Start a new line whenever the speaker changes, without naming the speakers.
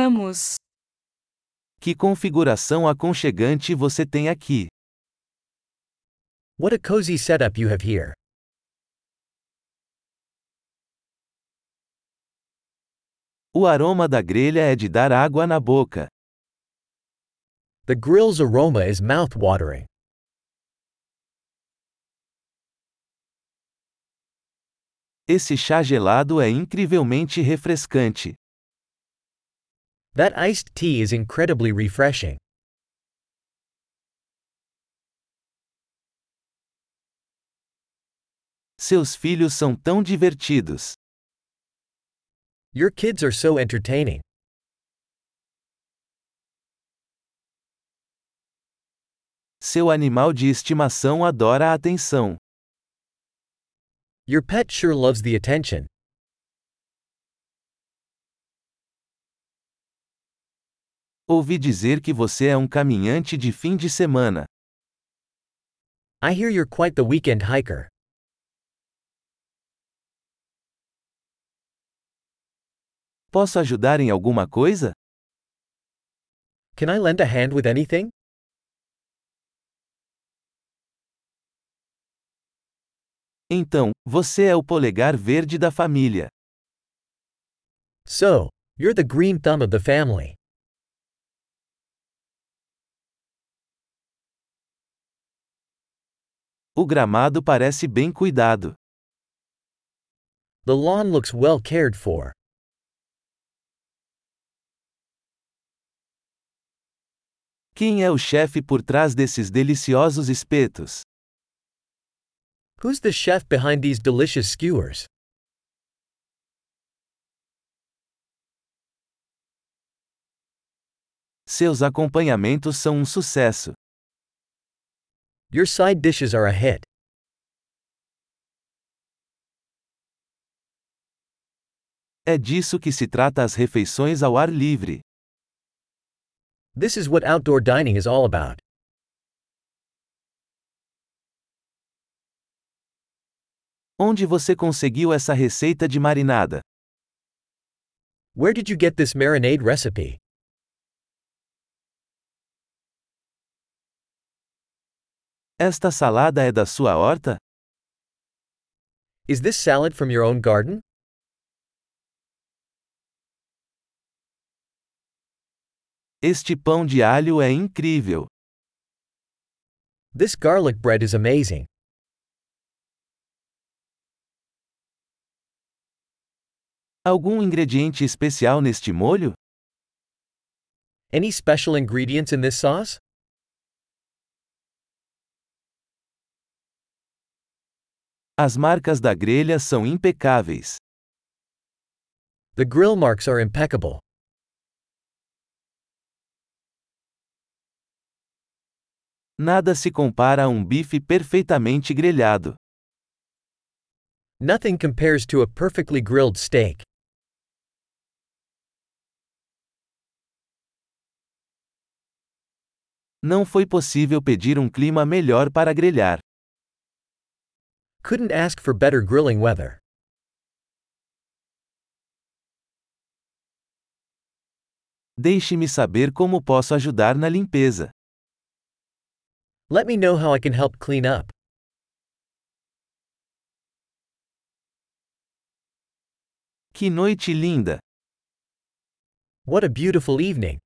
Vamos!
Que configuração aconchegante você tem aqui.
What a cozy setup you have here.
O aroma da grelha é de dar água na boca.
The grill's aroma is mouth-watering.
Esse chá gelado é incrivelmente refrescante.
That iced tea is incredibly refreshing.
Seus filhos são tão divertidos.
Your kids are so entertaining.
Seu animal de estimação adora a atenção.
Your pet sure loves the attention.
Ouvi dizer que você é um caminhante de fim de semana.
I hear you're quite the weekend hiker.
Posso ajudar em alguma coisa?
Can I lend a hand with anything?
Então, você é o polegar verde da família.
So, you're the green thumb of the family.
O gramado parece bem cuidado.
The lawn looks well cared for.
Quem é o chefe por trás desses deliciosos espetos?
Who's the chef behind these delicious skewers?
Seus acompanhamentos são um sucesso.
Your side dishes are a hit.
É disso que se trata as refeições ao ar livre.
This is what outdoor dining is all about.
Onde você conseguiu essa receita de marinada?
Where did you get this marinade recipe?
Esta salada é da sua horta?
Is this salad from your own garden?
Este pão de alho é incrível.
This garlic bread is amazing.
Algum ingrediente especial neste molho?
Any special ingredients in this sauce?
As marcas da grelha são impecáveis.
The grill marks are impeccable.
Nada se compara a um bife perfeitamente grelhado.
Nothing compares to a perfectly grilled steak.
Não foi possível pedir um clima melhor para grelhar.
Couldn't ask for better grilling weather.
Deixe-me saber como posso ajudar na limpeza.
Let me know how I can help clean up.
Que noite linda!
What a beautiful evening!